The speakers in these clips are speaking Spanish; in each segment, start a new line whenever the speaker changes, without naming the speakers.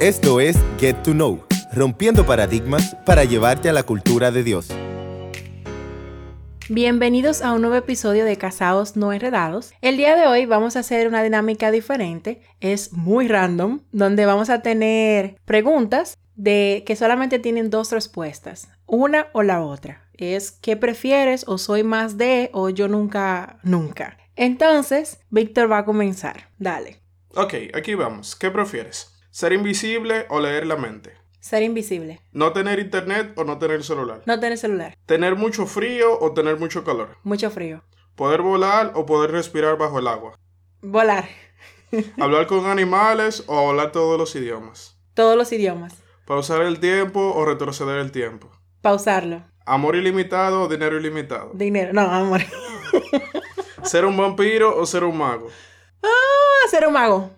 Esto es Get to Know, rompiendo paradigmas para llevarte a la cultura de Dios.
Bienvenidos a un nuevo episodio de Casados No Enredados. El día de hoy vamos a hacer una dinámica diferente, es muy random, donde vamos a tener preguntas de que solamente tienen dos respuestas, una o la otra. Es ¿qué prefieres o soy más de o yo nunca, nunca? Entonces, Víctor va a comenzar. Dale.
Ok, aquí vamos. ¿Qué prefieres? ¿Ser invisible o leer la mente?
Ser invisible.
¿No tener internet o no tener celular?
No tener celular.
¿Tener mucho frío o tener mucho calor?
Mucho frío.
¿Poder volar o poder respirar bajo el agua?
Volar.
¿Hablar con animales o hablar todos los idiomas?
Todos los idiomas.
¿Pausar el tiempo o retroceder el tiempo?
Pausarlo.
¿Amor ilimitado o dinero ilimitado?
Dinero. No, amor.
¿Ser un vampiro o ser un mago?
Ah, ser un mago.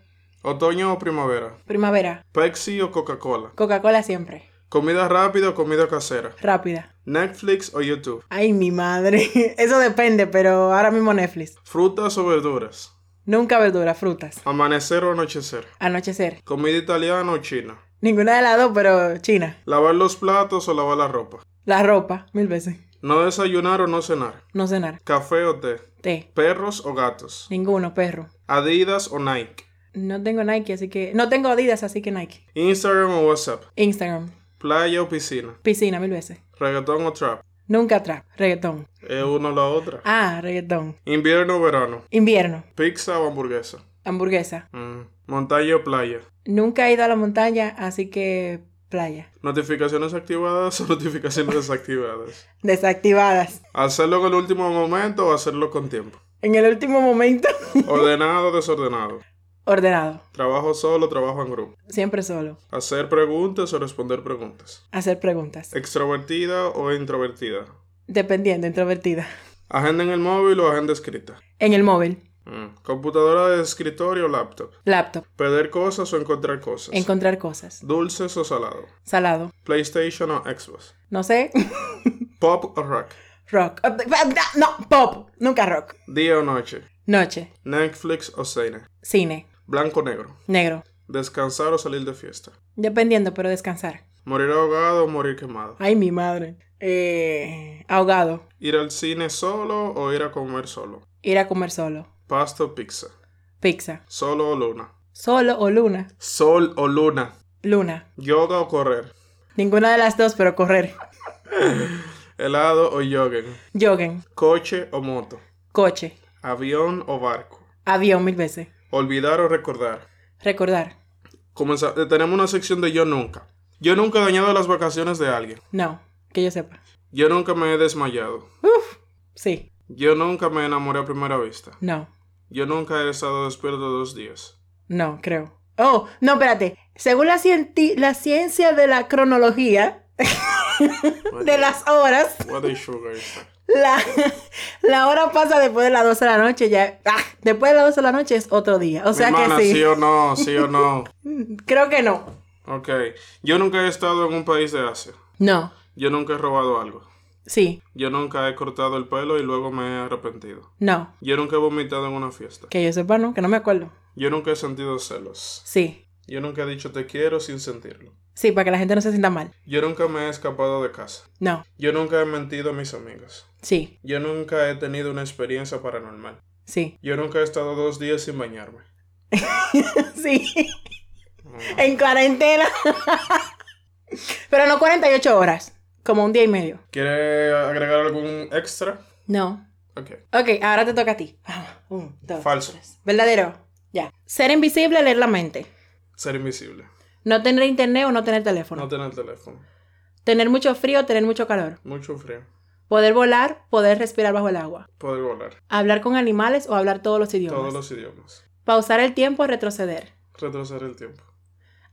¿Otoño o primavera?
Primavera.
¿Pepsi o Coca-Cola?
Coca-Cola siempre.
¿Comida rápida o comida casera?
Rápida.
¿Netflix o YouTube?
Ay, mi madre. Eso depende, pero ahora mismo Netflix.
¿Frutas o verduras?
Nunca verduras, frutas.
¿Amanecer o anochecer?
Anochecer.
¿Comida italiana o china?
Ninguna de las dos, pero China.
¿Lavar los platos o lavar la ropa?
La ropa, mil veces.
¿No desayunar o no cenar?
No cenar.
¿Café o té?
Té.
¿Perros o gatos?
Ninguno, perro.
¿Adidas o Nike?
No tengo Nike, así que... No tengo Adidas, así que Nike.
¿Instagram o WhatsApp?
Instagram.
¿Playa o piscina?
Piscina, mil veces.
¿Reggaetón o trap?
Nunca trap. Reggaetón.
¿Es uno o la otra?
Ah, reggaetón.
¿Invierno o verano?
Invierno.
¿Pizza o hamburguesa?
Hamburguesa.
Mm. ¿Montaña o playa?
Nunca he ido a la montaña, así que... Playa.
¿Notificaciones activadas o notificaciones desactivadas?
Desactivadas.
¿Hacerlo en el último momento o hacerlo con tiempo?
En el último momento.
¿Ordenado o desordenado?
Ordenado.
¿Trabajo solo o trabajo en grupo?
Siempre solo.
¿Hacer preguntas o responder preguntas?
Hacer preguntas.
¿Extrovertida o introvertida?
Dependiendo, introvertida.
¿Agenda en el móvil o agenda escrita?
En el móvil.
Mm. ¿Computadora de escritorio o laptop?
Laptop.
¿Pedir cosas o encontrar cosas?
Encontrar cosas.
¿Dulces o salado?
Salado.
¿PlayStation o Xbox?
No sé.
¿Pop o rock?
rock. No, pop. Nunca rock.
¿Día o noche?
Noche.
¿Netflix o cine?
Cine.
¿Blanco o negro?
Negro.
¿Descansar o salir de fiesta?
Dependiendo, pero descansar.
¿Morir ahogado o morir quemado?
Ay, mi madre. Eh, ahogado.
¿Ir al cine solo o ir a comer solo?
Ir a comer solo.
¿Pasta o pizza?
Pizza.
¿Solo o luna?
Solo o luna.
¿Sol o luna?
Luna.
¿Yoga o correr?
Ninguna de las dos, pero correr.
¿Helado o jogging?
Joggen.
¿Coche o moto?
Coche.
¿Avión o barco?
Avión mil veces.
¿Olvidar o recordar?
Recordar.
Comenzar- eh, tenemos una sección de yo nunca. Yo nunca he dañado las vacaciones de alguien.
No. Que yo sepa.
Yo nunca me he desmayado.
Uf. Sí.
Yo nunca me enamoré a primera vista.
No.
Yo nunca he estado despierto dos días.
No, creo. Oh, no, espérate. Según la, cienti- la ciencia de la cronología de las horas,
What a sugar is that?
la, la hora pasa después de las 12 de la noche. ya ah, Después de las 12 de la noche es otro día. O sea
Mi hermana,
que sí.
sí o no, sí o no.
Creo que no.
Ok. Yo nunca he estado en un país de Asia.
No.
Yo nunca he robado algo.
Sí.
Yo nunca he cortado el pelo y luego me he arrepentido.
No.
Yo nunca he vomitado en una fiesta.
Que yo sepa, no. Que no me acuerdo.
Yo nunca he sentido celos.
Sí.
Yo nunca he dicho te quiero sin sentirlo.
Sí, para que la gente no se sienta mal.
Yo nunca me he escapado de casa.
No.
Yo nunca he mentido a mis amigos.
Sí.
Yo nunca he tenido una experiencia paranormal.
Sí.
Yo nunca he estado dos días sin bañarme.
sí.
Ah.
en cuarentena. Pero no 48 horas. Como un día y medio.
¿Quiere agregar algún extra?
No.
Ok.
Ok, ahora te toca a ti. Vamos, un, dos,
Falso.
tres. Verdadero. Ya. Ser invisible, leer la mente.
Ser invisible.
No tener internet o no tener teléfono.
No tener teléfono.
Tener mucho frío, tener mucho calor.
Mucho frío.
Poder volar, poder respirar bajo el agua.
Poder volar.
Hablar con animales o hablar todos los idiomas.
Todos los idiomas.
Pausar el tiempo, retroceder.
Retroceder el tiempo.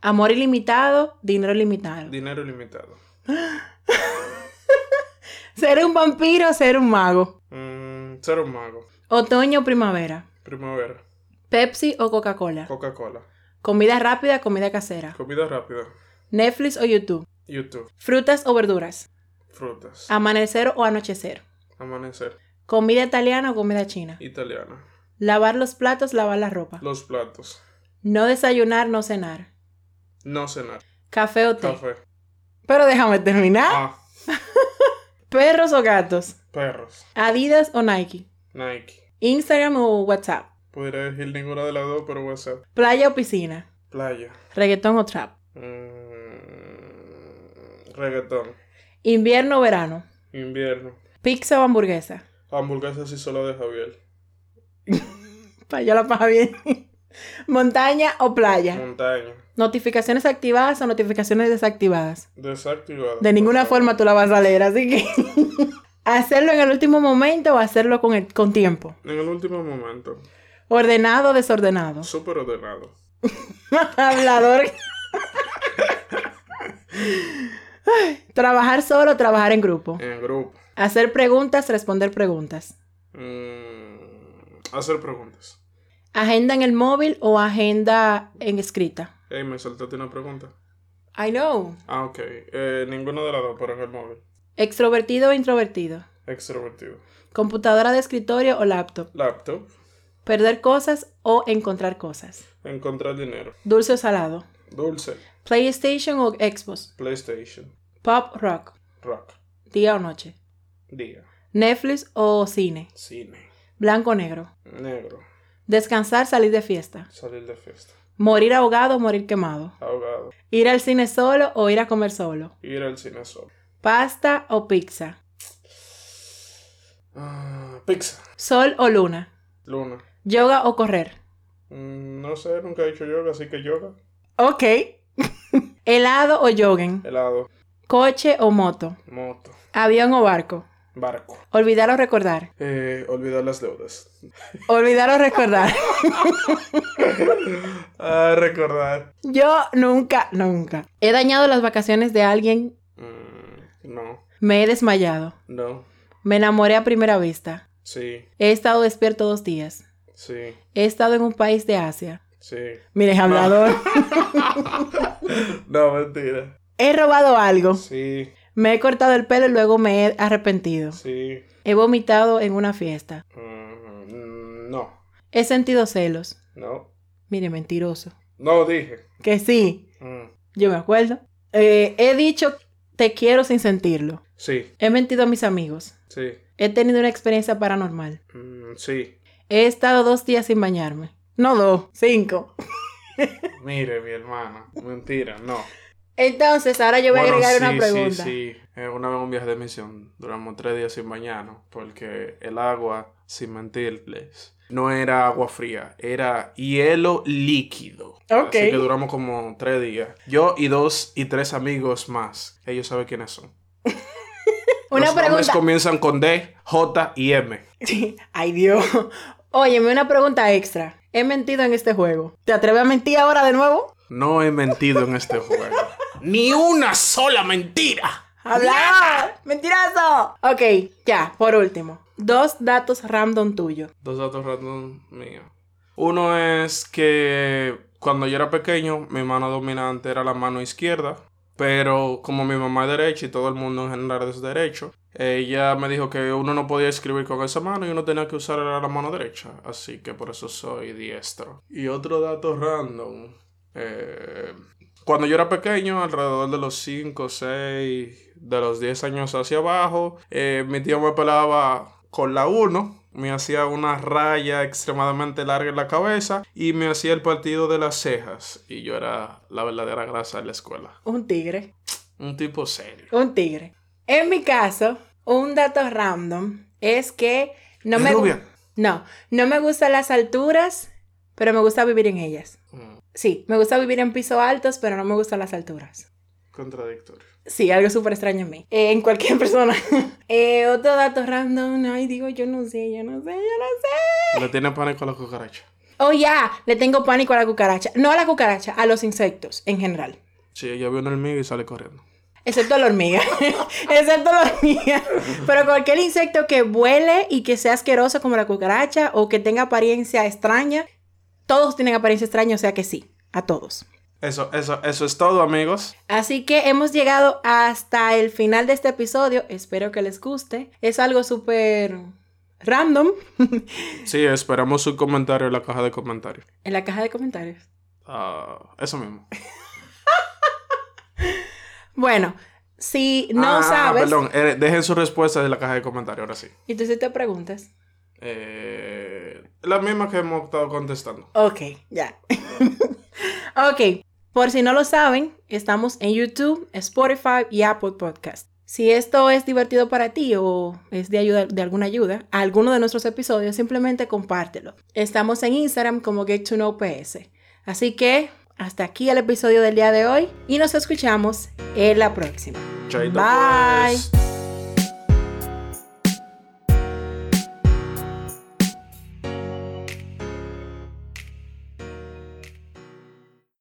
Amor ilimitado, dinero ilimitado.
Dinero limitado.
Ser un vampiro, ser un mago.
Mm, ser un mago.
Otoño, primavera.
Primavera.
Pepsi o Coca-Cola.
Coca-Cola.
Comida rápida, comida casera.
Comida rápida.
Netflix o YouTube.
YouTube.
Frutas o verduras.
Frutas.
Amanecer o anochecer.
Amanecer.
Comida italiana o comida china.
Italiana.
Lavar los platos, lavar la ropa.
Los platos.
No desayunar, no cenar.
No cenar.
¿Café o té?
Café.
Pero déjame terminar.
Ah,
¿Perros o gatos?
perros.
¿Adidas o Nike?
Nike.
¿Instagram o WhatsApp?
Podría decir ninguna de las dos, pero WhatsApp.
¿Playa o piscina?
Playa.
¿Reggaetón o trap?
Mm, reggaetón.
¿Invierno o verano?
Invierno.
¿Pizza o hamburguesa?
Hamburguesas y solo de Javier.
Para yo la paja bien. ¿Montaña o playa?
Montaña.
¿Notificaciones activadas o notificaciones desactivadas?
Desactivado.
De ninguna forma tú la vas a leer, así que... ¿Hacerlo en el último momento o hacerlo con, el- con tiempo?
En el último momento.
¿Ordenado o desordenado?
Súper ordenado.
Hablador. Ay, trabajar solo o trabajar en grupo.
En grupo.
Hacer preguntas, responder preguntas.
Mm, hacer preguntas.
Agenda en el móvil o agenda en escrita.
Ey, me saltaste una pregunta.
I know.
Ah, ok. Eh, ninguna de las dos, pero en el móvil.
Extrovertido o introvertido.
Extrovertido.
Computadora de escritorio o laptop.
Laptop.
Perder cosas o encontrar cosas.
Encontrar dinero.
Dulce o salado.
Dulce.
PlayStation o Xbox.
PlayStation.
Pop rock.
Rock.
Día o noche.
Día.
Netflix o cine.
Cine.
Blanco o negro.
Negro.
Descansar, salir de fiesta.
Salir de fiesta.
Morir ahogado o morir quemado.
Ahogado.
Ir al cine solo o ir a comer solo.
Ir al cine solo.
Pasta o pizza.
Ah, pizza.
Sol o luna.
Luna.
Yoga o correr.
Mm, no sé, nunca he hecho yoga, así que yoga.
Ok. Helado o jogging.
Helado.
Coche o moto.
Moto.
Avión o barco.
Barco.
Olvidar o recordar.
Eh, olvidar las deudas.
Olvidar o recordar.
ah, recordar.
Yo nunca, nunca. He dañado las vacaciones de alguien.
Mm, no.
Me he desmayado.
No.
Me enamoré a primera vista.
Sí.
He estado despierto dos días.
Sí.
He estado en un país de Asia.
Sí.
Mire, hablador.
No, mentira.
He robado algo.
Sí.
Me he cortado el pelo y luego me he arrepentido.
Sí.
He vomitado en una fiesta.
Mm, no.
He sentido celos.
No.
Mire, mentiroso.
No dije.
Que sí,
Mm,
yo me acuerdo. Eh, he dicho te quiero sin sentirlo.
Sí.
He mentido a mis amigos.
Sí.
He tenido una experiencia paranormal.
Mm, sí.
He estado dos días sin bañarme. No dos, cinco.
Mire, mi hermana. Mentira, no.
Entonces, ahora yo voy a
Bueno,
agregar
sí,
una pregunta.
Sí, sí. Eh, una vez en un viaje de misión, duramos tres días sin bañarnos, porque el agua, sin mentirles, no era agua fría, era hielo líquido.
Ok.
Así que duramos como tres días. Yo y dos y tres amigos más. Ellos saben quiénes son.
Una
Los nombres
pregunta.
comienzan con D, J y M.
Ay, Dios. Óyeme, una pregunta extra. He mentido en este juego. ¿Te atreves a mentir ahora de nuevo?
No he mentido en este juego. Ni una sola mentira.
¡Habla! ¡Mentiroso! Ok, ya, por último. Dos datos random tuyos.
Dos datos random míos. Uno es que cuando yo era pequeño, mi mano dominante era la mano izquierda. Pero como mi mamá es derecha y todo el mundo en general es derecho, ella me dijo que uno no podía escribir con esa mano y uno tenía que usar la mano derecha. Así que por eso soy diestro. Y otro dato random. eh, cuando yo era pequeño, alrededor de los 5, 6, de los 10 años hacia abajo, eh, mi tío me pelaba con la 1, me hacía una raya extremadamente larga en la cabeza y me hacía el partido de las cejas. Y yo era la verdadera grasa de la escuela.
Un tigre.
Un tipo serio.
Un tigre. En mi caso, un dato random es que no
¿Es
me,
rubia?
no, no me gustan las alturas, pero me gusta vivir en ellas.
Mm,
Sí, me gusta vivir en pisos altos, pero no me gustan las alturas.
contradictorio.
Sí, algo súper extraño en mí. Eh, en cualquier persona. Eh, otro dato random. Ay, digo, yo no sé, yo no sé, yo no
Le tiene pánico a las cucarachas.
sé. Oh, ya, le tengo pánico a la cucaracha. No a la cucaracha, a los insectos en general.
Sí, ella vio una hormiga y sale corriendo.
Excepto la hormiga. Excepto la hormiga. Pero cualquier insecto que vuele y que sea asqueroso como la cucaracha o que tenga apariencia extraña, todos tienen apariencia extraña, o sea que sí, a todos.
Eso, eso, eso es todo, amigos.
Así que hemos llegado hasta el final de este episodio. Espero que les guste. Es algo súper random
Sí, esperamos su comentario en la caja de comentarios.
en la caja de comentarios.
Ah, eso mismo.
Bueno, si no
Ah,
sabes
Perdón, eh, dejen su respuesta en la caja de comentarios, ahora sí.
y tú sí te preguntas,
Eh, la misma que hemos estado contestando.
ok, ya. ok, por si no lo saben, estamos en YouTube, Spotify y Apple Podcast. Si esto es divertido para ti o es de ayuda, de alguna ayuda, a alguno de nuestros episodios, simplemente compártelo. Estamos en Instagram como Get to Know PS. Así que hasta aquí el episodio del día de hoy y nos escuchamos en la próxima.
Chaito,
Bye.
pues.